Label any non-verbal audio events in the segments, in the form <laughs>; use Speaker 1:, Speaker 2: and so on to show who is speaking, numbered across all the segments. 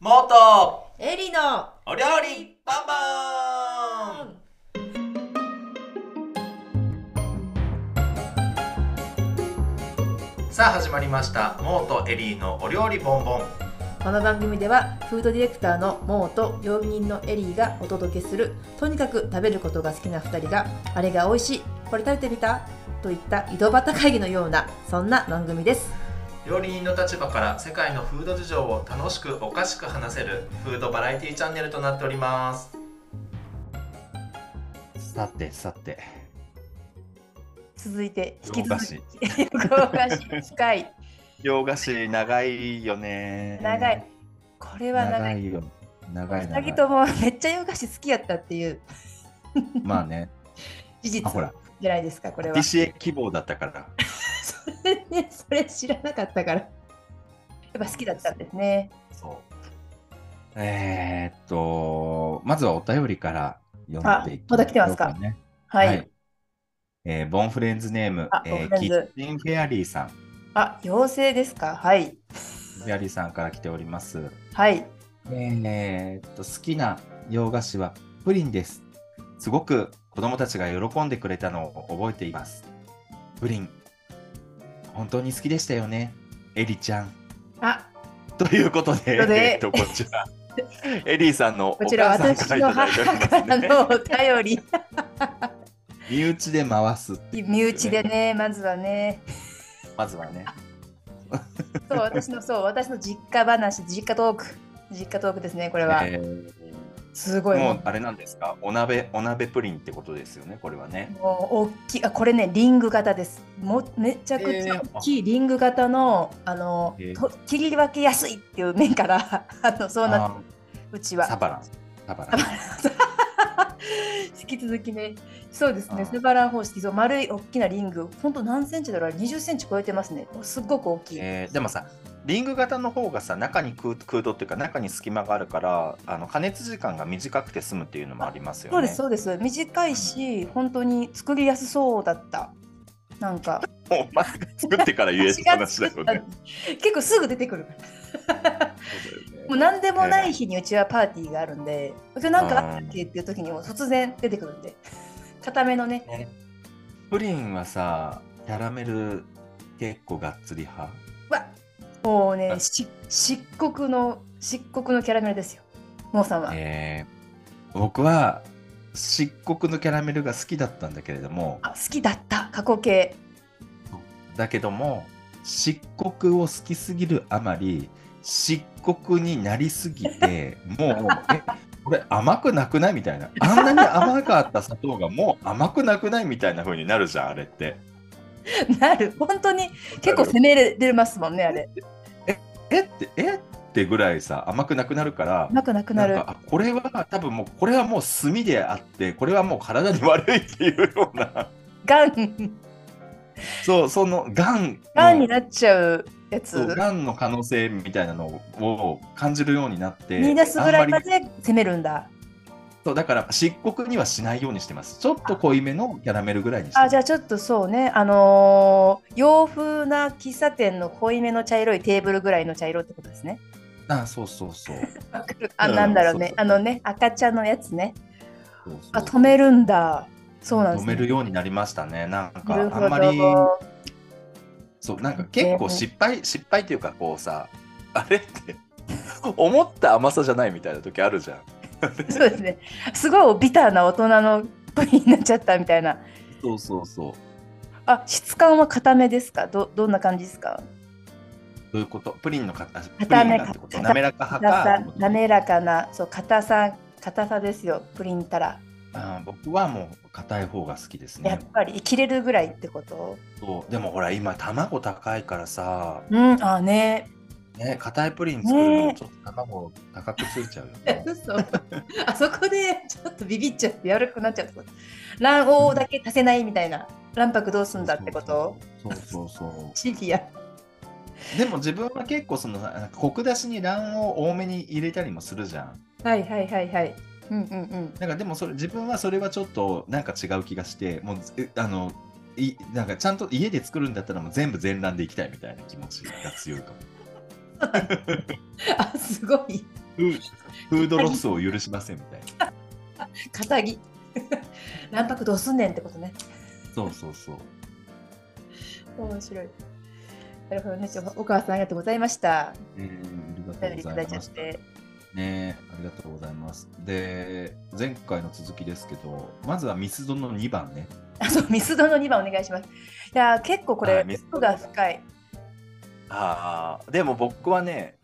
Speaker 1: もっと
Speaker 2: エリの
Speaker 1: お料理バンバンさあ始まりましたモーとエリーのお料理ボンボン
Speaker 2: この番組ではフードディレクターのモーと料理人のエリーがお届けするとにかく食べることが好きな2人があれが美味しいこれ食べてみたといった井戸端会議のようなそんな番組です
Speaker 1: 料理人の立場から世界のフード事情を楽しくおかしく話せるフードバラエティチャンネルとなっております
Speaker 3: さてさて、
Speaker 2: 続いて引
Speaker 3: 洋
Speaker 2: き
Speaker 3: 菓
Speaker 2: 続
Speaker 3: 子
Speaker 2: き。洋菓子 <laughs> 深い
Speaker 3: 洋菓子長いよね。
Speaker 2: 長い。これは長
Speaker 3: 長
Speaker 2: い
Speaker 3: いよ。長い
Speaker 2: 2人
Speaker 3: 長
Speaker 2: と
Speaker 3: い。
Speaker 2: もめっちゃ洋菓子好きやったっていう
Speaker 3: まあね、
Speaker 2: 事実
Speaker 3: あほら、
Speaker 2: じゃない <laughs> ですかこれは
Speaker 3: パティシエ希望だったから。
Speaker 2: <laughs> それねそれ知らなかったからやっぱ好きだったんですね
Speaker 3: そう。えー、っと、まずはお便りから読んでいき
Speaker 2: あまだ来てますか
Speaker 3: ようね
Speaker 2: はい、
Speaker 3: えーボンフレンズネーム
Speaker 2: あ、
Speaker 3: え
Speaker 2: ボ
Speaker 3: ー
Speaker 2: ンフ
Speaker 3: キ
Speaker 2: レン
Speaker 3: ッ
Speaker 2: ズ
Speaker 3: チンフェアリーさん。
Speaker 2: あ妖精ですかはい
Speaker 3: フェアリーさんから来ております。
Speaker 2: はい
Speaker 3: えーっと好きな洋菓子はプリンです。すごく子供たちが喜んでくれたのを覚えています。プリン。本当に好きでしたよね。エリちゃん。
Speaker 2: あ
Speaker 3: ということで、
Speaker 2: ことで
Speaker 3: えーっとこちら。 <laughs> エリーさんのお
Speaker 2: こ
Speaker 3: 母
Speaker 2: ちら
Speaker 3: さん
Speaker 2: 私の
Speaker 3: からいただい
Speaker 2: 母
Speaker 3: て
Speaker 2: か
Speaker 3: おりま
Speaker 2: ら
Speaker 3: すね。
Speaker 2: のお便
Speaker 3: 身内で回すって
Speaker 2: り
Speaker 3: いうね
Speaker 2: 身内で。ねまずはね
Speaker 3: まずはね。
Speaker 2: そう私のそう私の実家話実家トーク実家トークですねこれは、
Speaker 3: えー
Speaker 2: すごい
Speaker 3: も
Speaker 2: も
Speaker 3: うあれなんですかお鍋、お鍋プリンってことですよね、これは
Speaker 2: う
Speaker 3: ね。
Speaker 2: もう大きいあこれねリング型ですもうめちゃくちゃ大きいリング型の、あの、
Speaker 3: えー
Speaker 2: と切り分けやすいっていう面から <laughs> あのそうな
Speaker 3: あ
Speaker 2: うち
Speaker 3: ー
Speaker 2: は
Speaker 3: サバラン。サバラン。
Speaker 2: 引き続きね、そうです
Speaker 3: う
Speaker 2: ね、
Speaker 3: ん
Speaker 2: スバラン方式、そう丸い大きなリング、本当何センチだろう、20センチ超えてますね、すっごく大きい。
Speaker 3: えーでもさリング型の方がさ中に空空洞っていうか中に隙間があるからあの加熱時間が短くて済むっていうのもありますよね。
Speaker 2: そうです、そうです、短いし、本当に作りやすそうだった。なんか、
Speaker 3: もうまず作ってから言えって
Speaker 2: 私が
Speaker 3: 話だ
Speaker 2: 作
Speaker 3: よ
Speaker 2: った
Speaker 3: ね。
Speaker 2: <laughs> 結構すぐ出てくるから。もう何でもない日にうちはパーティーがあるんで、今日なんかあったっけっていう時にも突然出てくるんで、固めのね、
Speaker 3: プリンはさキャラメル結構がっつり派
Speaker 2: わもうね
Speaker 3: あ
Speaker 2: し漆黒の漆黒のキャラメルですよモーさんは、
Speaker 3: えー僕は漆黒のキャラメルが好きだったんだけれども
Speaker 2: あ好きだった過去形
Speaker 3: だけども漆黒を好きすぎるあまり漆黒になりすぎ
Speaker 2: <laughs>
Speaker 3: てもうえこれ甘くなくないみたいなあんなに甘かった砂糖がもう甘くなくないみたいな風になるじゃんあれって
Speaker 2: <laughs> なる本当に結構攻めれてますもんねあれ
Speaker 3: えってえってぐらいさ甘くなくなるから
Speaker 2: うまくなくなる
Speaker 3: んかあこれは多分もうこれはもう炭であってこれはもう体に悪いっていうような
Speaker 2: がん
Speaker 3: そうそのがん
Speaker 2: がんになっちゃうやつ
Speaker 3: そうがんの可能性みたいなのを感じるようになって
Speaker 2: 見出すぐら
Speaker 3: あん
Speaker 2: い
Speaker 3: ま
Speaker 2: ま
Speaker 3: り
Speaker 2: で攻めるんだ
Speaker 3: そうだから漆黒にはしないようにしてます。ちょっと濃いめのキャラメルぐらいにして
Speaker 2: あじゃあちょっとそうねあのー洋風な喫茶店の濃いめの茶色いテーブルぐらいの茶色ってことですね
Speaker 3: あそうそうそう。
Speaker 2: わかるあ、
Speaker 3: うん
Speaker 2: なんだろうね
Speaker 3: そうそう
Speaker 2: あのね赤茶のやつね
Speaker 3: そうそう
Speaker 2: あ止めるんだそうなんで
Speaker 3: 止
Speaker 2: す、ね、
Speaker 3: めるようになりましたね。なんか
Speaker 2: なるほど
Speaker 3: あんまりそうなんか結構失敗、失敗っていうかこうさあれって思った甘さじゃないみたいな時あるじゃん。
Speaker 2: <laughs> そうですね。すごいビターな大人のプリンになっちゃったみたいな。
Speaker 3: そうそうそう。
Speaker 2: あ、質感は固めですか。どどんな感じですか。
Speaker 3: どういうことプリンのかあプリン
Speaker 2: 固め
Speaker 3: なんてこと
Speaker 2: 固
Speaker 3: 滑らか
Speaker 2: 硬
Speaker 3: 派かっ
Speaker 2: さ
Speaker 3: てこと
Speaker 2: 滑らかな、そう硬さ硬さですよ。プリンたら
Speaker 3: あ僕はもう硬い方が好きです
Speaker 2: や
Speaker 3: ね
Speaker 2: っ。ぱり切れるぐらいってこと。
Speaker 3: そうでもほら今卵高いからさ
Speaker 2: うん、あ <laughs> ね。
Speaker 3: ね、硬いプリン作るの
Speaker 2: ね
Speaker 3: ちょっと卵高くついちゃうよね。 <laughs>
Speaker 2: 嘘。 <laughs> あそこでちょっとビビっちゃってやるくなっちゃうってこと。卵黄だけ足せないみたいな。卵白どうすんだってこと。
Speaker 3: そうそうそう。
Speaker 2: シビア。
Speaker 3: でも自分は結構そのなんかコク出しに卵黄多めに入れたりもするじゃん。
Speaker 2: はいはいはいはい。うんうんうん。
Speaker 3: なんかでもそれ自分はそれはちょっとなんか違う気がして、もうえあのいなんかちゃんと家で作るんだったらもう全部
Speaker 2: <laughs>
Speaker 3: 全卵でいきたいみたいな気持ちが強いかも。
Speaker 2: <laughs> あ、すごい。
Speaker 3: フーフードロスを許しませんみたいな。
Speaker 2: 肩着 <laughs> 卵白どうすんねんってことね
Speaker 3: そうそうそう。
Speaker 2: 面白いなるほどねちょお母さんありがとうございました
Speaker 3: えー、
Speaker 2: お
Speaker 3: あ
Speaker 2: 便り
Speaker 3: り
Speaker 2: い
Speaker 3: がと
Speaker 2: た
Speaker 3: う
Speaker 2: だ
Speaker 3: ご
Speaker 2: い
Speaker 3: ざい
Speaker 2: ちゃ
Speaker 3: ま
Speaker 2: っ
Speaker 3: した。
Speaker 2: て
Speaker 3: ねありがとうございます。で、前回の続きですけど、まずはミスドの2番ね。
Speaker 2: あ <laughs> そうミスドの2番お願いしますいやー結構こ
Speaker 4: は
Speaker 2: れ
Speaker 4: いミス
Speaker 2: 奥が深い
Speaker 4: ああ、でも僕はね、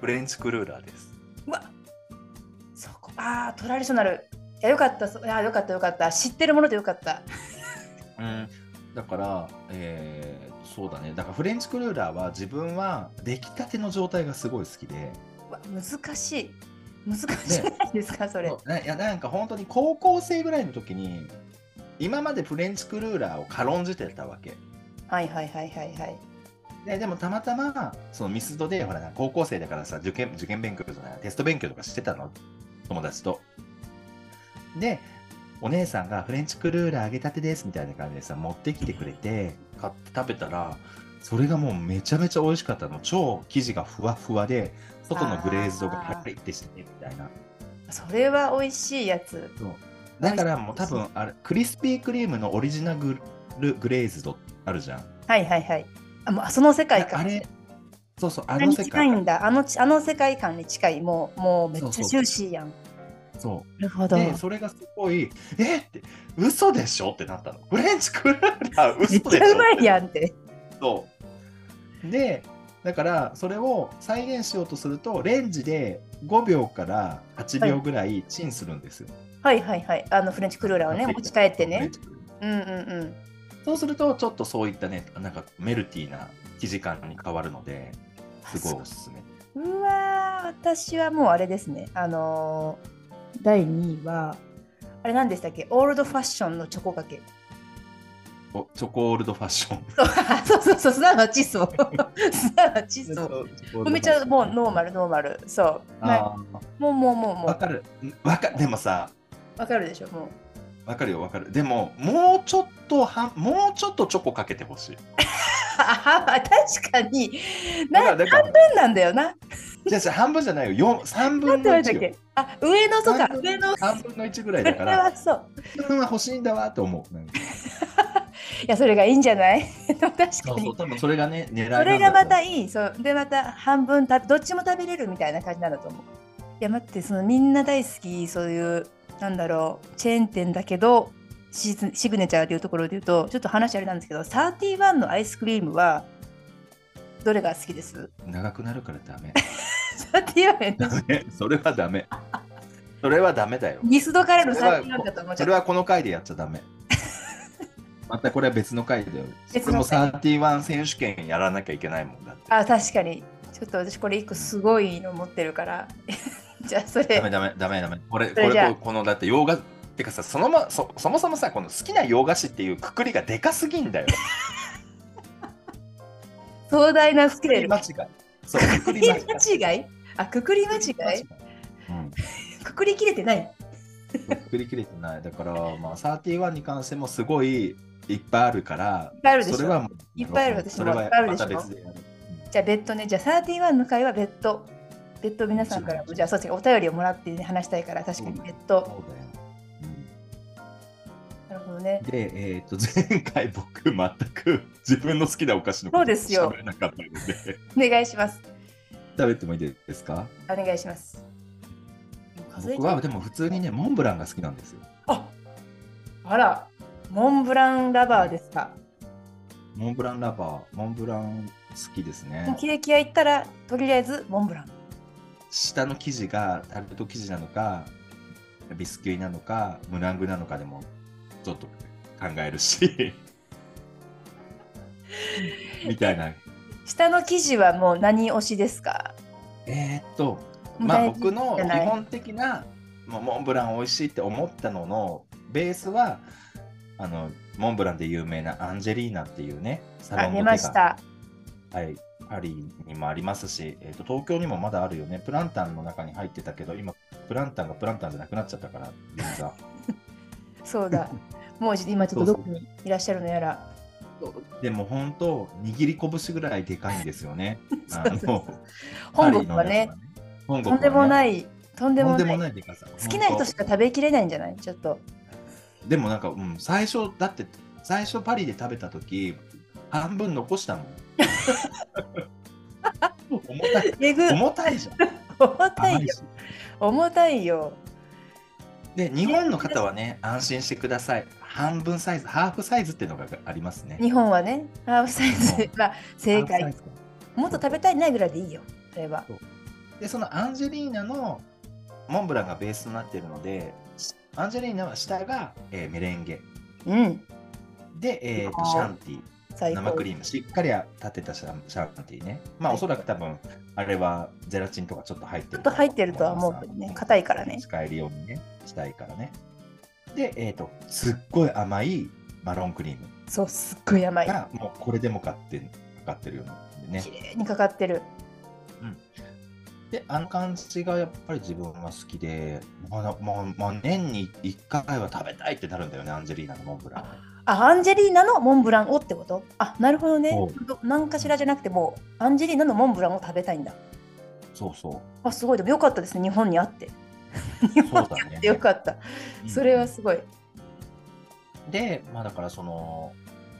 Speaker 4: フレンチクルーラーです。
Speaker 2: うわそこあートラディショナルいやよかったそういやよかったよかった知ってるものでよかった
Speaker 3: うん、だから、えーそうだね。だからフレンチクルーラーは自分は出来たての状態がすごい好きで、
Speaker 2: うわ難しい難しいないですか、それ
Speaker 3: そうないやなんか本当に高校生ぐらいの時に、今までフレンチクルーラーを軽んじてたわけ。
Speaker 2: はいはいはいはいはい
Speaker 3: ででもたまたまそのミスドでほら高校生だからさ受験受験勉強じゃないテスト勉強とかしてたの友達と。でお姉さんがフレンチクルーラー揚げたてですみたいな感じでさ持ってきてくれて買って食べたらそれがもうめちゃめちゃ美味しかったの超生地がふわふわで外のグレーズドがパリってしてるみたいな
Speaker 2: それは美味しいやつ
Speaker 3: だからもう多分あれクリスピークリームのオリジナルグレーズドあるじゃん
Speaker 2: はいはいはいあもうあその世界観
Speaker 3: あれそうそうあ
Speaker 2: あ
Speaker 3: の
Speaker 2: に
Speaker 3: 世
Speaker 2: 近
Speaker 3: 界
Speaker 2: いんだあのちあの世界観に近いもうもうめっちゃジューシーやん
Speaker 3: そう
Speaker 2: なるほど
Speaker 3: でそれがすごい「えっ?」て「嘘でしょ?」ってなったのフレンチクルーラー
Speaker 2: めっ
Speaker 3: 嘘でし
Speaker 2: ちゃ
Speaker 3: ょ
Speaker 2: うまいやんって
Speaker 3: そうでだからそれを再現しようとするとレンジで5秒から8秒ぐらいチンするんですよ、
Speaker 2: はいはいはいあのフレンチクルーラーをね
Speaker 3: フレ
Speaker 2: 持
Speaker 3: ンチ
Speaker 2: ち帰って
Speaker 3: フレ
Speaker 2: ね
Speaker 3: ンチクルーラー
Speaker 2: うんうんうん
Speaker 3: そうするとちょっとそういったねなんかメルティーな生地感に変わるのですごいおすすめ
Speaker 2: うわー私はもうあれですねあのー第2位はあれ何でしたっけオールドファッションのチョコかけ <laughs>
Speaker 3: おチョコオールドファッション
Speaker 2: そうあそうそうそうすなわちそうすなわちそう
Speaker 3: 褒
Speaker 2: 褒めちゃうもうノーマルノーマルそうまあ
Speaker 3: あー
Speaker 2: もうもうもうも
Speaker 3: わ
Speaker 2: う
Speaker 3: かるわかでもさ
Speaker 2: わかるでしょもう <laughs>
Speaker 3: わかるよわかるでももうちょっとはもうちょっとチョコかけてほしい
Speaker 2: あまあ確かに
Speaker 3: だから
Speaker 2: な
Speaker 3: だから
Speaker 2: んなんだよな
Speaker 3: じゃあじゃあ半分じゃないよ四三
Speaker 2: な
Speaker 3: 分
Speaker 2: んて言
Speaker 3: の
Speaker 2: われたっ
Speaker 3: 一よ
Speaker 2: けあ上のとか
Speaker 3: 三分
Speaker 2: 上の
Speaker 3: 三分の一ぐらい
Speaker 2: そ
Speaker 3: だ
Speaker 2: れ
Speaker 3: から
Speaker 2: はそう
Speaker 3: 半分は欲しいんだわと思うなんか
Speaker 2: いやそれがいいんじゃない <laughs> でも確かに
Speaker 3: そうそう多分それがね狙いなんだ
Speaker 2: それがまた
Speaker 3: い
Speaker 2: いいそうでまた半分たどっちも食べれるみたいな感じなんだと思ういや待ってそのみんな大好きそういうなんだろうチェーン店だけどシズシグネチャーというところで言うとちょっと話あれなんですけど31のアイスクリームはどれが好きです
Speaker 3: 長くなるからダメ
Speaker 2: ?31
Speaker 3: ダメそれはダメそれはダメだよ
Speaker 2: ミスドからの
Speaker 3: それは
Speaker 2: 31だと思っち
Speaker 3: そ
Speaker 2: ゃ
Speaker 3: れ
Speaker 2: った
Speaker 3: はこの回でやっちゃダメまたこれは別の回だよ
Speaker 2: 別
Speaker 3: これ
Speaker 2: の
Speaker 3: も
Speaker 2: 回
Speaker 3: 31選手権やらなきゃいけないもんだって
Speaker 2: あ確かにちょっと私これ一個すごいの持ってるから <laughs> じゃあそ
Speaker 3: ダメ
Speaker 2: れ
Speaker 3: ダメダメダメこれ
Speaker 2: そ
Speaker 3: こ
Speaker 2: れ
Speaker 3: れ
Speaker 2: じゃあ
Speaker 3: ここのだって洋菓てかさそのまそそもそもさこの好きな洋菓子っていうくくりがでかすぎんだよ。
Speaker 2: 壮大なスケール
Speaker 3: 間違い。そうくく
Speaker 2: <laughs> くく
Speaker 3: り
Speaker 2: り <laughs>
Speaker 3: 間違い。
Speaker 2: 間違いあ <laughs> くくり間違いくくり切れてない
Speaker 3: うん、くくりきれてないだからまあ31に関してもすごいいっぱいあるから
Speaker 2: いっぱいあるでしょ
Speaker 3: それはもう
Speaker 2: いっぱいある私も
Speaker 3: それはい
Speaker 2: っぱいあるでしょ
Speaker 3: また別でやる
Speaker 2: じゃあ別途ね、じゃあ31の回は別途。別途皆さんからも、じゃあそうですね、お便りをもらって、ね、話したいから、確かに別途。
Speaker 3: そうだよ、
Speaker 2: なるほどね
Speaker 3: うん。でえっ、と <laughs> 前回僕全く自分の好きなお菓子のこ
Speaker 2: そう
Speaker 3: と
Speaker 2: ですよ
Speaker 3: 喋れなかったので
Speaker 2: お願いします。
Speaker 3: 食べてもいいですか
Speaker 2: お願いします。
Speaker 3: 僕はでも普通にねモンブランが好きなんですよ
Speaker 2: ああら、モンブランラバーですか。
Speaker 3: モンブランラバー、モンブラン好きですね。
Speaker 2: ケーキ屋行ったら、とりあえずモンブラン。
Speaker 3: 下の生地がタルト生地なのか、ビスキュイなのか、ムラングなのかでもちょっと考える
Speaker 2: <laughs>
Speaker 3: し、みたいな。
Speaker 2: 下の生地はもう何推しですか
Speaker 3: えーっと、まあ
Speaker 2: もう大事
Speaker 3: 僕の
Speaker 2: じゃ
Speaker 3: 基
Speaker 2: ない
Speaker 3: 本的なもうモンブラン美味しいって思ったののベースは、あの、モンブランで有名なアンジェリーナっていうね、サ
Speaker 2: あ、
Speaker 3: ロン
Speaker 2: 出
Speaker 3: の
Speaker 2: ま
Speaker 3: 手
Speaker 2: し
Speaker 3: が
Speaker 2: た。
Speaker 3: はい、パリにもありますし、えーと、東京にもまだあるよね。プランタンの中に入ってたけど、今、プランタンがプランタンじゃなくなっちゃったから、銀
Speaker 2: <laughs>
Speaker 3: 座
Speaker 2: そうだ。もう今ちょっとどこにいらっしゃるのやら。
Speaker 3: でも本当、握り拳ぐらいでかいんですよね
Speaker 2: <laughs> 。そう
Speaker 3: あ
Speaker 2: そうそう
Speaker 3: の
Speaker 2: 本国はね
Speaker 3: パリのやつがね韓
Speaker 2: とん
Speaker 3: 国
Speaker 2: でも
Speaker 3: はね
Speaker 2: ないとんで
Speaker 3: と
Speaker 2: も
Speaker 3: んでも
Speaker 2: ない
Speaker 3: ないでかさ
Speaker 2: 好きな人しか食べきれないんじゃないちょっと
Speaker 3: でもなんか、うん、最初だって最初パリで食べた時半分残したもん
Speaker 2: <laughs>
Speaker 3: 重たい
Speaker 2: えぐ
Speaker 3: 重たいじゃん
Speaker 2: 重た
Speaker 3: 甘
Speaker 2: い
Speaker 3: い
Speaker 2: よ
Speaker 3: し
Speaker 2: 重たいよ
Speaker 3: で日本の方はね安心してください半分サイズハーフサイズっていうのがありますね
Speaker 2: 日本はねハーフサイズ
Speaker 3: う
Speaker 2: まあ正
Speaker 3: ハー
Speaker 2: 解
Speaker 3: フサイズ
Speaker 2: もっと食べたいないぐらいでいいよそれは
Speaker 3: でそのアンジェリーナのモンブランがベースとなっているのでアンジェリーナは下が、えーメレンゲ
Speaker 2: うん
Speaker 3: で、えーと
Speaker 2: あー
Speaker 3: シャンティ
Speaker 2: 最高
Speaker 3: 生クリームしっかり立てたシャンシャンティねまあおそらく多分あれはゼラチンとかちょっと入って
Speaker 2: ちょ
Speaker 3: る
Speaker 2: っと入ってるとは思うけどね硬いからね
Speaker 3: 使えるようにねしたいからねでえっ、とすっごい甘いマロンクリーム
Speaker 2: そうすっごい甘い
Speaker 3: がもうこれでもかってかかってるようなんでね
Speaker 2: 綺麗にかかってる
Speaker 3: であの感じがやっぱり自分は好きで、まあまあまあ、年に1回は食べたいってなるんだよねアンジェリーナのモンブランは。
Speaker 2: あアンジェリーナのモンブランをってことあなるほどね
Speaker 3: そう
Speaker 2: 何かしらじゃなくてもうアンジェリーナのモンブランを食べたいんだ
Speaker 3: そうそ
Speaker 2: あすごいでもよかったですね日本にあって日
Speaker 3: う。そ
Speaker 2: 本
Speaker 3: うだね。
Speaker 2: でよかった
Speaker 3: うん
Speaker 2: それはすごい
Speaker 3: で、まあだからその、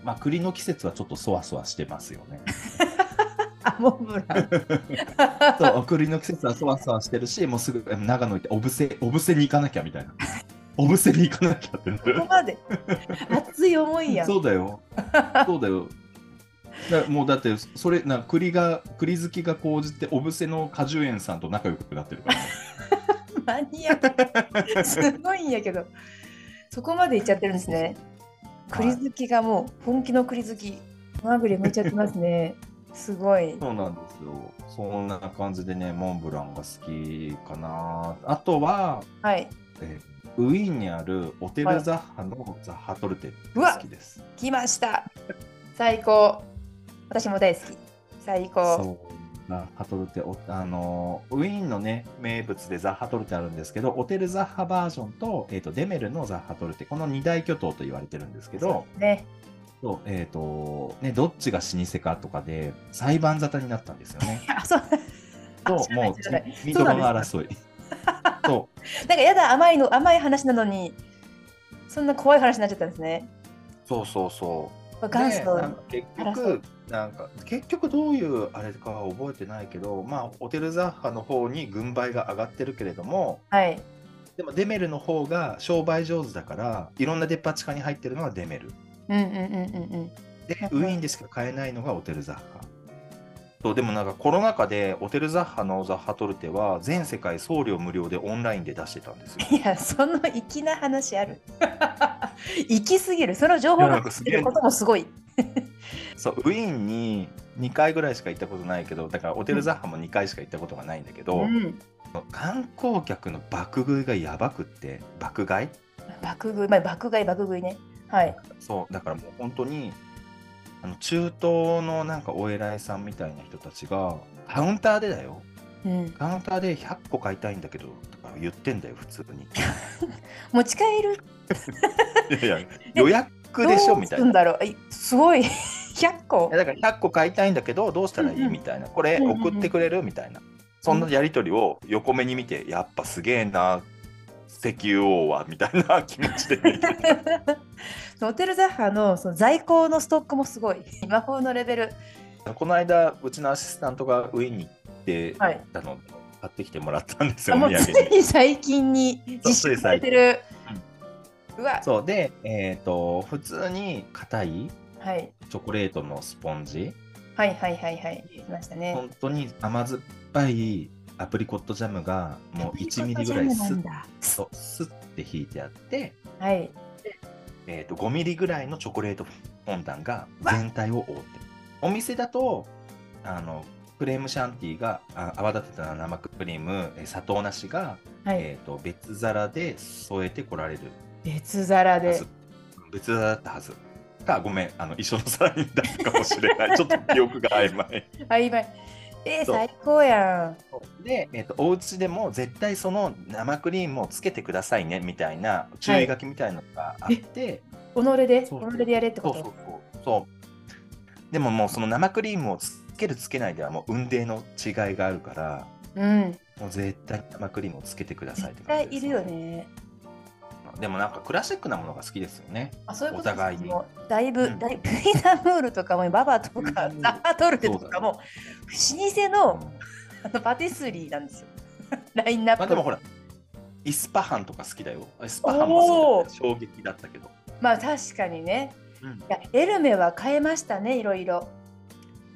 Speaker 3: まあ栗の季節はちょっとそわそわしてますよ
Speaker 2: <laughs>
Speaker 3: ね。
Speaker 2: あモンブラン
Speaker 3: そう、栗の季節はそわそわしてるし、もうすぐえ長野行って、おぶせ、おぶせに行かなきゃみたいな。おぶせに行かなきゃってな
Speaker 2: こ
Speaker 3: る
Speaker 2: こ。ま
Speaker 3: <laughs>
Speaker 2: で熱い思いやん
Speaker 3: そうだよ。そうだよ。だもうだってそれな栗が栗好きが高じておぶせの果樹園さんと仲良くなってるから、
Speaker 2: マニアックすごいんやけどそこまでいっちゃってるんですね栗好きがもう本気の栗好きまぐれ向いちゃってますねすごい
Speaker 3: そうなんですよ。そんな感じでね、モンブランが好きかな。あとは、
Speaker 2: はい
Speaker 3: えーウィーンにあるオテルザッハのザッハトルテが好きです。
Speaker 2: 来ました最高私も大好き最高
Speaker 3: そう。ザッハトルテ、おあのーウィーンのね、名物でザッハトルテあるんですけど、オテルザッハバージョンと、えっ、と、デメルのザッハトルテ、この二大巨頭と言われてるんですけど、
Speaker 2: ね
Speaker 3: そうえっ、と、ね、どっちが老舗かとかで、裁判沙汰になったんですよね。
Speaker 2: <laughs> あそう
Speaker 3: そう、もう
Speaker 2: 知らない、
Speaker 3: み
Speaker 2: そう
Speaker 3: 三
Speaker 2: なん
Speaker 3: 笘
Speaker 2: で
Speaker 3: の争い。そう。
Speaker 2: なんかやだ甘いの甘い話なのにそんな怖い話になっちゃったんですね
Speaker 3: そうそうそう。
Speaker 2: 元
Speaker 3: でなん
Speaker 2: 祖
Speaker 3: か結
Speaker 2: 争
Speaker 3: 局なんか結局どういうあれかは覚えてないけどまあオテルザッハの方に軍配が上がってるけれども
Speaker 2: はい
Speaker 3: でもデメルの方が商売上手だからいろんなデパ地下に入ってるのはデメル
Speaker 2: うんうんうんうんうん
Speaker 3: でウィーンでしか買えないのがオテルザッハそうでもなんかコロナ禍でオテルザッハのザッハトルテは全世界送料無料でオンラインで出してたんです
Speaker 2: <laughs>
Speaker 3: よ
Speaker 2: いや、その粋な話ある。 <laughs> 粋すぎる。その情
Speaker 3: い
Speaker 2: 報
Speaker 3: やな
Speaker 2: が
Speaker 3: んか
Speaker 2: 出
Speaker 3: す
Speaker 2: て
Speaker 3: げえ
Speaker 2: ることもすごい。
Speaker 3: そうウィーンに2回ぐらいしか行ったことないけどだからオテルザッハも2回しか行ったことがないんだけど、
Speaker 2: うん。
Speaker 3: 観光客の爆食いがやばくって爆買い
Speaker 2: 爆食い、まあ、爆買い、爆食いね。はい。
Speaker 3: そうだからもう本当にあの中東のなんかお偉いさんみたいな人たちがカウンターでだよ
Speaker 2: うん、
Speaker 3: カウンターで100個買いたいんだけどとか言ってんだよ普通に
Speaker 2: 持ち帰る
Speaker 3: い
Speaker 2: <laughs>
Speaker 3: やいや予約でしょみたい
Speaker 2: どうすん
Speaker 3: な
Speaker 2: だろうえすごい <laughs> 100個
Speaker 3: <laughs> だから100個買いたいんだけどどうしたらい
Speaker 2: うんう
Speaker 3: い
Speaker 2: ん
Speaker 3: みたいなこれ
Speaker 2: うんうんうん
Speaker 3: 送ってくれるみたいなそんなやり取りを横目に見てやっぱすげえな石油王はみたいな気持ちで
Speaker 2: <laughs>
Speaker 3: 見てた
Speaker 2: ホテルザッハのその在庫のストックもすごい魔法のレベル
Speaker 3: この間うちのアシスタントが上に行って
Speaker 2: はい
Speaker 3: たの、買ってきてもらったんですよ
Speaker 2: あ
Speaker 3: お
Speaker 2: も
Speaker 3: 土
Speaker 2: う
Speaker 3: 産
Speaker 2: つ
Speaker 3: に。
Speaker 2: い最近に
Speaker 3: そう
Speaker 2: 実施されてるうわ
Speaker 3: そうで、えー、と普通に硬い
Speaker 2: はい、
Speaker 3: チョコレートのスポンジ
Speaker 2: はいはいはいはい来ましたね
Speaker 3: 本当に甘酸っぱいアプリコットジャムがもう1ミリぐらいスッ
Speaker 2: ッ
Speaker 3: とスッて引いてあって、
Speaker 2: はい
Speaker 3: えー、と5ミリぐらいのチョコレートフォンダンが全体を覆ってるお店だとあのクレームシャンティがあ泡立てた生クリームえー砂糖なしが
Speaker 2: はい、
Speaker 3: えー、と別皿で添えてこられる
Speaker 2: 別皿
Speaker 3: は
Speaker 2: で
Speaker 3: ず別皿だったはずかごめんあの一緒の皿になるかもしれない <laughs> ちょっと記憶が曖昧
Speaker 2: 曖昧えー、
Speaker 3: そう
Speaker 2: 最高やん
Speaker 3: で、えー、とお家でも絶対その生クリームをつけてくださいねみたいな注意書きみたいなのがあって、
Speaker 2: 己で己
Speaker 3: そうそう
Speaker 2: でやれって
Speaker 3: そう
Speaker 2: こ
Speaker 3: そう
Speaker 2: と
Speaker 3: そうそうでももうその生クリームをつけるつけないではもう運命の違いがあるから
Speaker 2: うん
Speaker 3: もう絶対に生クリームをつけてくださいって
Speaker 2: 絶
Speaker 3: 感
Speaker 2: 対
Speaker 3: じで
Speaker 2: い
Speaker 3: す
Speaker 2: るよね。
Speaker 3: でもなんかクラシックなものが好きですよね
Speaker 2: あそういうこと
Speaker 3: お互いに
Speaker 2: もうだいぶ、
Speaker 3: うん
Speaker 2: だいぶイナムールとかもババと
Speaker 3: うん
Speaker 2: かザハトルテと
Speaker 3: そう
Speaker 2: か
Speaker 3: だね
Speaker 2: も老舗
Speaker 3: うん
Speaker 2: のあのパティスリーなんですよ。 <laughs> ラインナップ。
Speaker 3: まあでもほらイスパハンとか好きだよイスパハンもそうだよね衝撃だったけど、
Speaker 2: まあ確かにね。
Speaker 3: うん
Speaker 2: いやエルメは変えましたねいろいろ。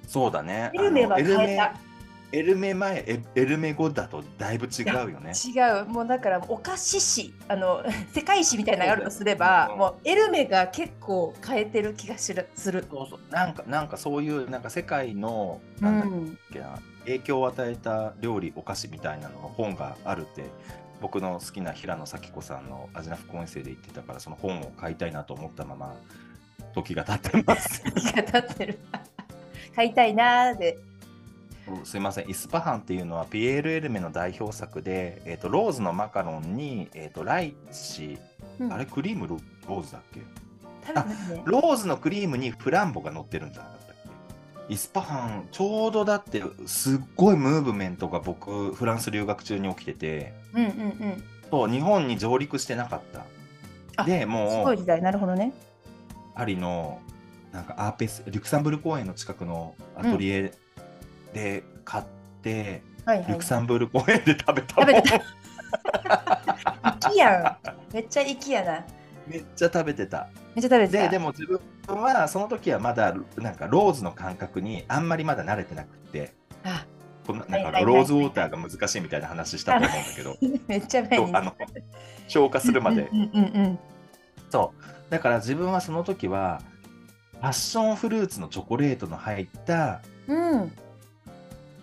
Speaker 3: そうだね
Speaker 2: エルメは
Speaker 3: あのエル
Speaker 2: 変え
Speaker 3: メ
Speaker 2: た。
Speaker 3: エルメ前エエルメ後だとだいぶ違うよね
Speaker 2: 違うもうだからお菓子史あの <laughs> 世界史みたいなのがあるとすれ
Speaker 3: そ
Speaker 2: ば
Speaker 3: うだ
Speaker 2: もうエルメが結構変えてる気がするする、
Speaker 3: そうそうなんかなんかそういうなんか世界の
Speaker 2: う
Speaker 3: なんだっ
Speaker 2: ん、
Speaker 3: けな、影響を与えた料理お菓子みたいなのの本があるって僕の好きな平野咲子さんの「アジナ副音声」で言ってたからその本を買いたいなと思ったまま時が経ってます
Speaker 2: 気が立ってる <laughs> 買いたいなーで、
Speaker 3: そう <laughs> すいませんイスパハンっていうのはピエール・エルメの代表作で、えー、とローズのマカロンに、えー、とライチ
Speaker 2: うん
Speaker 3: あれクリームロローズだっけ
Speaker 2: 食べてますね
Speaker 3: ローズのクリームにフランボが乗ってるんだったっけイスパハンちょうどだってすっごいムーブメントが僕フランス留学中に起きてて
Speaker 2: うんうんうん
Speaker 3: そう日本に上陸してなかった
Speaker 2: あ
Speaker 3: ですも
Speaker 2: ごいう時代なるほどね
Speaker 3: パリのなんかアーペスリュクサンブル公園の近くのアトリエで買って、
Speaker 2: はいは
Speaker 3: リュ
Speaker 2: い
Speaker 3: クサンブル公園で食べたも
Speaker 2: 食
Speaker 3: ん
Speaker 2: べてた粋やんめっちゃ粋やな
Speaker 3: <laughs> めっちゃ食べてた
Speaker 2: めっちゃ食べてた
Speaker 3: ででも自分はその時はまだなんかローズの感覚にあんまりまだ慣れてなくて
Speaker 2: あ
Speaker 3: この
Speaker 2: は
Speaker 3: ないん
Speaker 2: はい
Speaker 3: か
Speaker 2: はい
Speaker 3: ローズウォーターが難しいみたいな話したと思うんだ
Speaker 2: <laughs>
Speaker 3: けど
Speaker 2: めっちゃ便利
Speaker 3: あの消化するまで
Speaker 2: うんうんうん
Speaker 3: そうだから自分はその時はパッションフルーツのチョコレートの入った
Speaker 2: うん、うん、い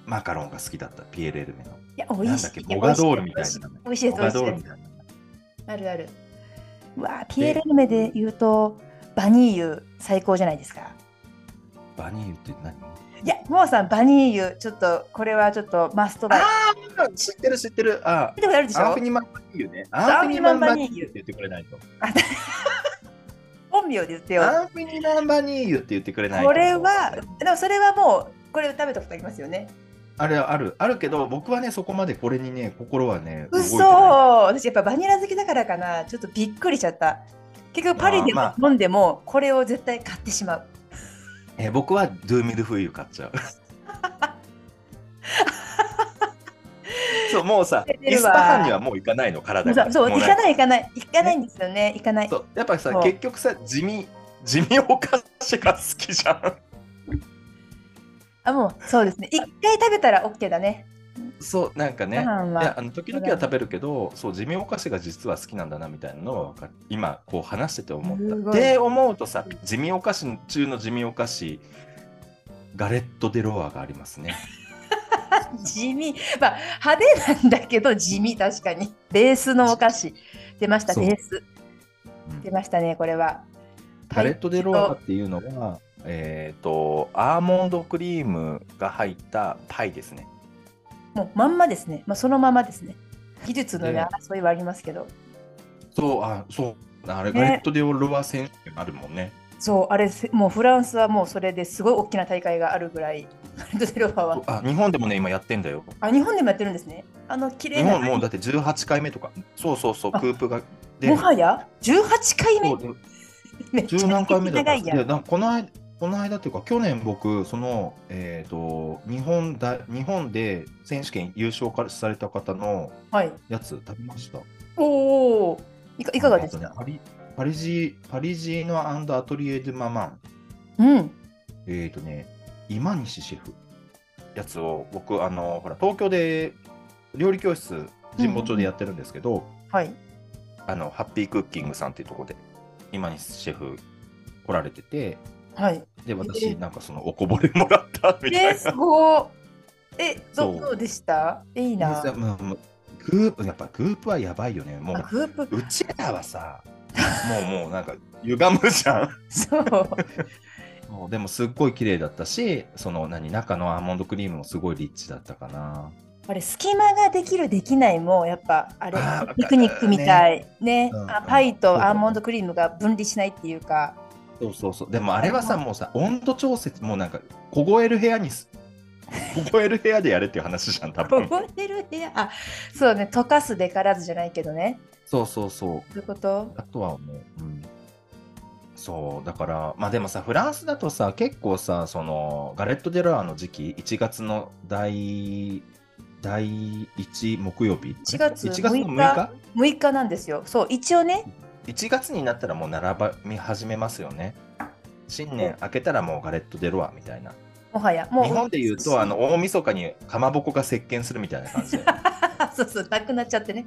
Speaker 3: マカロンが好きだったピエール・エルメの
Speaker 2: や美
Speaker 3: なん
Speaker 2: 味し
Speaker 3: だ
Speaker 2: い
Speaker 3: っけボガドールみたいな
Speaker 2: 美味しいです
Speaker 3: ボ
Speaker 2: 美
Speaker 3: ガ
Speaker 2: 味し
Speaker 3: ドー
Speaker 2: い
Speaker 3: ル
Speaker 2: です
Speaker 3: みたいな
Speaker 2: あるある。うわあ、ピエール・エルメで言うと、バニーユ最高じゃないですか。
Speaker 3: バニーユって何
Speaker 2: いや、もうさん、バニーユ、ちょっと、これはちょっとマストだ。
Speaker 3: あ知ってる知ってるあ
Speaker 2: 見たことあるでし
Speaker 3: アン
Speaker 2: ょ
Speaker 3: フニマン・バニーユね
Speaker 2: ア
Speaker 3: アン
Speaker 2: ンフ
Speaker 3: フ
Speaker 2: ニ
Speaker 3: ニ
Speaker 2: マ
Speaker 3: マ
Speaker 2: ン
Speaker 3: ン・
Speaker 2: バ
Speaker 3: バ
Speaker 2: ニ
Speaker 3: ニ
Speaker 2: ー
Speaker 3: ー
Speaker 2: ユ
Speaker 3: ユって言ってくれないと
Speaker 2: 本名で言ってよ。
Speaker 3: アンフニマン・バニーユって言ってくれないと
Speaker 2: これは、でもそれはもう、これ食べたことありますよね。
Speaker 3: あれはあるあるけど僕はねそこまでこれにね心はね動いて
Speaker 2: 嘘
Speaker 3: ない
Speaker 2: 私やっぱバニラ好きだからかな。ちょっとびっくりしちゃった。結局パリで
Speaker 3: まあ
Speaker 2: 飲んでも、これを絶対買ってしまう。
Speaker 3: えー僕はドゥーミルフィーユ買っちゃうそうもうさ
Speaker 2: 出て
Speaker 3: イ
Speaker 2: る
Speaker 3: ス
Speaker 2: わ
Speaker 3: パハンにはもう行かないの体が
Speaker 2: そう、
Speaker 3: も
Speaker 2: 行
Speaker 3: うなん
Speaker 2: かない行かない。行かないんですよね。行かない。
Speaker 3: そうやっぱさ
Speaker 2: そう
Speaker 3: 結局さ地味地味お菓子が好きじゃん
Speaker 2: あ、もう、そうですね。一回食べたら OK だね。
Speaker 3: そうなんか
Speaker 2: ご
Speaker 3: ね
Speaker 2: 飯
Speaker 3: いや
Speaker 2: は。
Speaker 3: あの時々は食べるけどそう地味お菓子が実は好きなんだなみたいなのは分かる今こう話してて思
Speaker 2: す
Speaker 3: っ
Speaker 2: ご
Speaker 3: た
Speaker 2: い
Speaker 3: で思うとさ地味お菓子中の地味お菓子ガレット・デ・ロワがありますね
Speaker 2: <laughs> 地味、まあ、派手なんだけど地味確かにベースのお菓子出ました
Speaker 3: そう
Speaker 2: ベース
Speaker 3: うん
Speaker 2: 出ましたねこれは
Speaker 3: ガレット・デ・ロワっていうのはえっ、とアーモンドクリームが入ったパイですね
Speaker 2: もうまんまですね、まあ、そのままですね技術の、ね
Speaker 3: ね
Speaker 2: 争いはありますけど
Speaker 3: そうあそうあれ、
Speaker 2: ね
Speaker 3: ガレット・デ・ロワ選手権あるもんね
Speaker 2: そうあれせもうフランスはもうそれですごい大きな大会があるぐらいガレット・デ・ロファは
Speaker 3: あ日本でもね今やってんだよ
Speaker 2: あ日本でもやってるんですねあの綺
Speaker 3: 日
Speaker 2: 麗な
Speaker 3: 本もうだって18回目とかそうそうそう
Speaker 2: あ
Speaker 3: クープがで
Speaker 2: もはや18回目
Speaker 3: そう
Speaker 2: めっち
Speaker 3: 十
Speaker 2: ゃ
Speaker 3: 何回目だった
Speaker 2: 長
Speaker 3: ん
Speaker 2: い
Speaker 3: ですい
Speaker 2: やん
Speaker 3: やなんかこの間この間っていうか去年僕そのえっ、と日本だ日本で選手権優勝からされた方の
Speaker 2: はい
Speaker 3: やつ食べました。
Speaker 2: おおいかいかがでし
Speaker 3: えー
Speaker 2: た
Speaker 3: とねパリパリジパリジーノアトリエドママン
Speaker 2: うん
Speaker 3: えっ、とね今西シェフやつを僕あのほら東京で料理教室神保町でやってるんですけど、
Speaker 2: はい
Speaker 3: あのハッピークッキングさんっていうところで今西シェフ来られてて。
Speaker 2: はい
Speaker 3: で
Speaker 2: え
Speaker 3: 私なんかそのおこぼれもらったみた
Speaker 2: えー、
Speaker 3: い
Speaker 2: す
Speaker 3: な。
Speaker 2: ごーえど
Speaker 3: そう
Speaker 2: どうでしたいいな
Speaker 3: でさもうもうグープやっぱグープはやばいよねも
Speaker 2: あ
Speaker 3: う
Speaker 2: グープ <laughs>
Speaker 3: うちらはさもうもうなんか歪むじゃん
Speaker 2: そう
Speaker 3: そうでもすっごい綺麗だったしその何中のアーモンドクリームもすごいリッチだったかな
Speaker 2: あれ隙間ができるできないもやっぱあれ
Speaker 3: あー
Speaker 2: ピクニックみたいね
Speaker 3: うん
Speaker 2: あ
Speaker 3: うん
Speaker 2: パイ
Speaker 3: そう
Speaker 2: と
Speaker 3: だね
Speaker 2: アーモンドクリームが分離しないっていうか
Speaker 3: そうそうそうでもあれはさもうさ温度調節もうなんか凍える部屋にす凍える部屋でやれっていう話じゃん多
Speaker 2: <laughs>
Speaker 3: 分
Speaker 2: 凍える部屋あそうね溶かすべからずじゃないけどね
Speaker 3: そうそうそう
Speaker 2: そういうこと
Speaker 3: あとはもう、うん、そうだからまあでもさフランスだとさ結構さそのガレット・デ・ロアの時期1月の第第1木曜日
Speaker 2: 1月
Speaker 3: 1月の
Speaker 2: 6
Speaker 3: 6
Speaker 2: 日
Speaker 3: 日
Speaker 2: 6日なんですよそう一応ね
Speaker 3: 1月になったらもう並び始めますよね新年明けたらもうガレット・デ・ロアみたいな
Speaker 2: もはやもう
Speaker 3: 日本でいうとあの大晦日にかまぼこが席巻するみたいな感
Speaker 2: <laughs>
Speaker 3: じで
Speaker 2: <laughs> そうそうなくなっちゃってね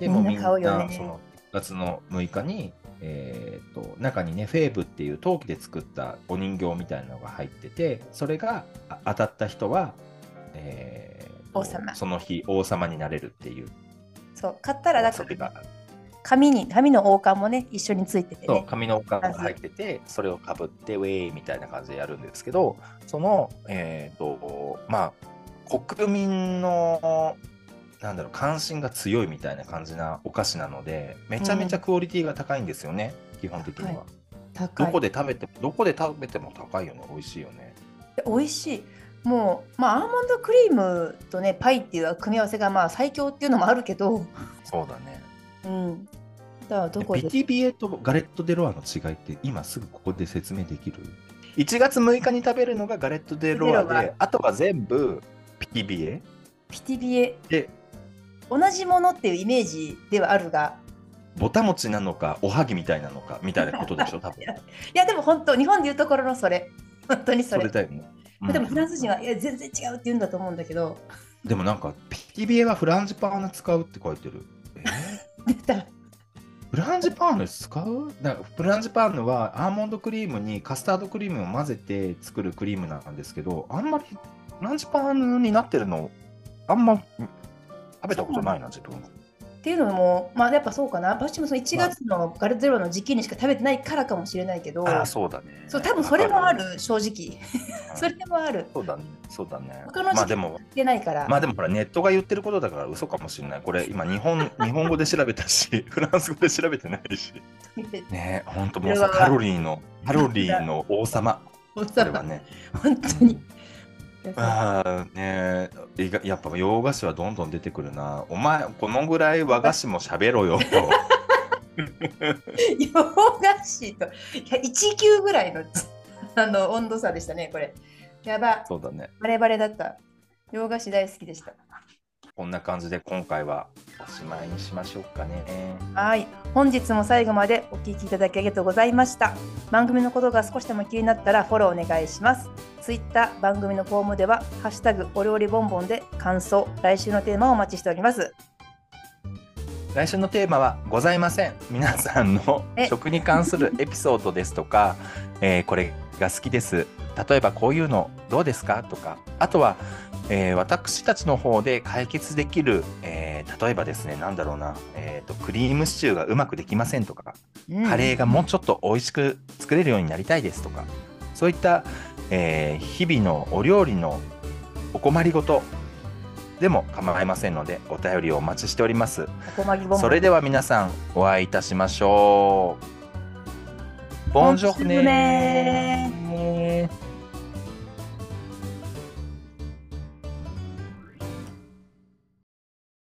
Speaker 3: でもう
Speaker 2: み
Speaker 3: み
Speaker 2: ん
Speaker 3: んな
Speaker 2: な買うよね
Speaker 3: その1月の6日に、えー、と中にねフェーブっていう陶器で作ったお人形みたいなのが入っててそれがあ当たった人は、えーと
Speaker 2: 王様
Speaker 3: その日王様になれるっていう
Speaker 2: そう買ったらだか
Speaker 3: それが
Speaker 2: 紙に紙の王冠もね一緒についてて
Speaker 3: そう
Speaker 2: ね
Speaker 3: 紙のおかんが入っててそれをかぶってウェイみたいな感じでやるんですけどそのえっ、とまあ国民のなんだろう関心が強いみたいな感じなお菓子なのでめちゃめちゃクオリティが高いんですよね、基本的には、
Speaker 2: はい高
Speaker 3: ど
Speaker 2: い
Speaker 3: こで食べてもどこで食べても高いよね美味しいよね
Speaker 2: で美味しいもうまあアーモンドクリームとねパイっていう組み合わせがまあ最強っていうのもあるけど
Speaker 3: そうだね
Speaker 2: うんだからどこ
Speaker 3: ビ
Speaker 2: で
Speaker 3: ティビエとガレット・デ・ロアの違いって今すぐここで説明できる1月6日に食べるのがガレット・デ・ロア
Speaker 2: デロア
Speaker 3: であとは全部ピティビエ
Speaker 2: ピティビエ
Speaker 3: で
Speaker 2: 同じものっていうイメージではあるが
Speaker 3: ぼたもちなのかおはぎみたいなのかみたいなことで
Speaker 2: <laughs>
Speaker 3: しょ多分
Speaker 2: いやでも本当日本でいうところのそれ本当にそ
Speaker 3: そ
Speaker 2: れ
Speaker 3: れだよね、うん
Speaker 2: でもフランス人はいや全然違うって言うんだと思うんだけど <laughs>
Speaker 3: でもなんか PTA はフランジパーヌ使うって書いてるえー
Speaker 2: 出たら
Speaker 3: フランジパーヌ使うなんかフランジパーヌはアーモンドクリームにカスタードクリームを混ぜて作るクリームなんですけどあんまりフランジパーヌになってるのあんまうん食べたことないな自分
Speaker 2: っていうのもまあやっぱそうかな私もその1月のガレゼロの時期にしか食べてないからかもしれないけど、
Speaker 3: ああそうだね
Speaker 2: そう多分それもあ
Speaker 3: わか
Speaker 2: る正直
Speaker 3: うん
Speaker 2: それもある
Speaker 3: そうだねそうだね
Speaker 2: 他の時期
Speaker 3: まあでも
Speaker 2: でないから、
Speaker 3: まあでもほらネットが言ってることだから嘘かもしれないこれ今日 <laughs> 本日本語で調べたしフランス語で調べてないしねえほんともうさ
Speaker 2: これは
Speaker 3: カロリーのカロリーの王様
Speaker 2: 本
Speaker 3: これはね
Speaker 2: 当に
Speaker 3: ああねえいがやっぱ洋菓子はどんどん出てくるなお前このぐらい和菓子も喋ろよ
Speaker 2: 洋菓子といや1級ぐらいの <laughs> あの温度差でしたねこれやば
Speaker 3: <laughs> そうだね
Speaker 2: バレバレだった洋菓子大好きでした
Speaker 3: こんな感じで今回はおしまいにしましょうかね
Speaker 2: はい本日も最後までお聞きいただきありがとうございました番組のことが少しでも気になったらフォローお願いしますツイッター番組のフォームではハッシュタグお料理ボンボンで感想来週のテーマをお待ちしております
Speaker 3: 来週のテーマはございません皆さんの
Speaker 2: え
Speaker 3: 食に関するエピソードですとか、えーこれが好きです例えばこういうのどうですかとかあとは、えー私たちの方で解決できる、えー例えばですねなんだろうな、えーとクリームシチューがうまくできませんとか
Speaker 2: うん
Speaker 3: カレーがもうちょっと美味しく作れるようになりたいですとかそういった、えー日々のお料理のお困りごとでも構いませんのでお便りをお待ちしております。
Speaker 2: おこまぎボンボン
Speaker 3: それでは皆さんお会いいたしましょう。ボンジョフネー